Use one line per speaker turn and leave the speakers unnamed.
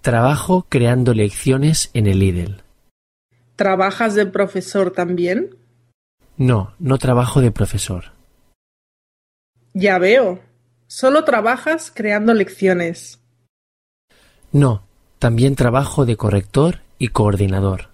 Trabajo creando lecciones en el Lidl.
¿Trabajas de profesor también?
No, no trabajo de profesor.
Ya veo. Solo trabajas creando lecciones.
No, también trabajo de corrector y coordinador.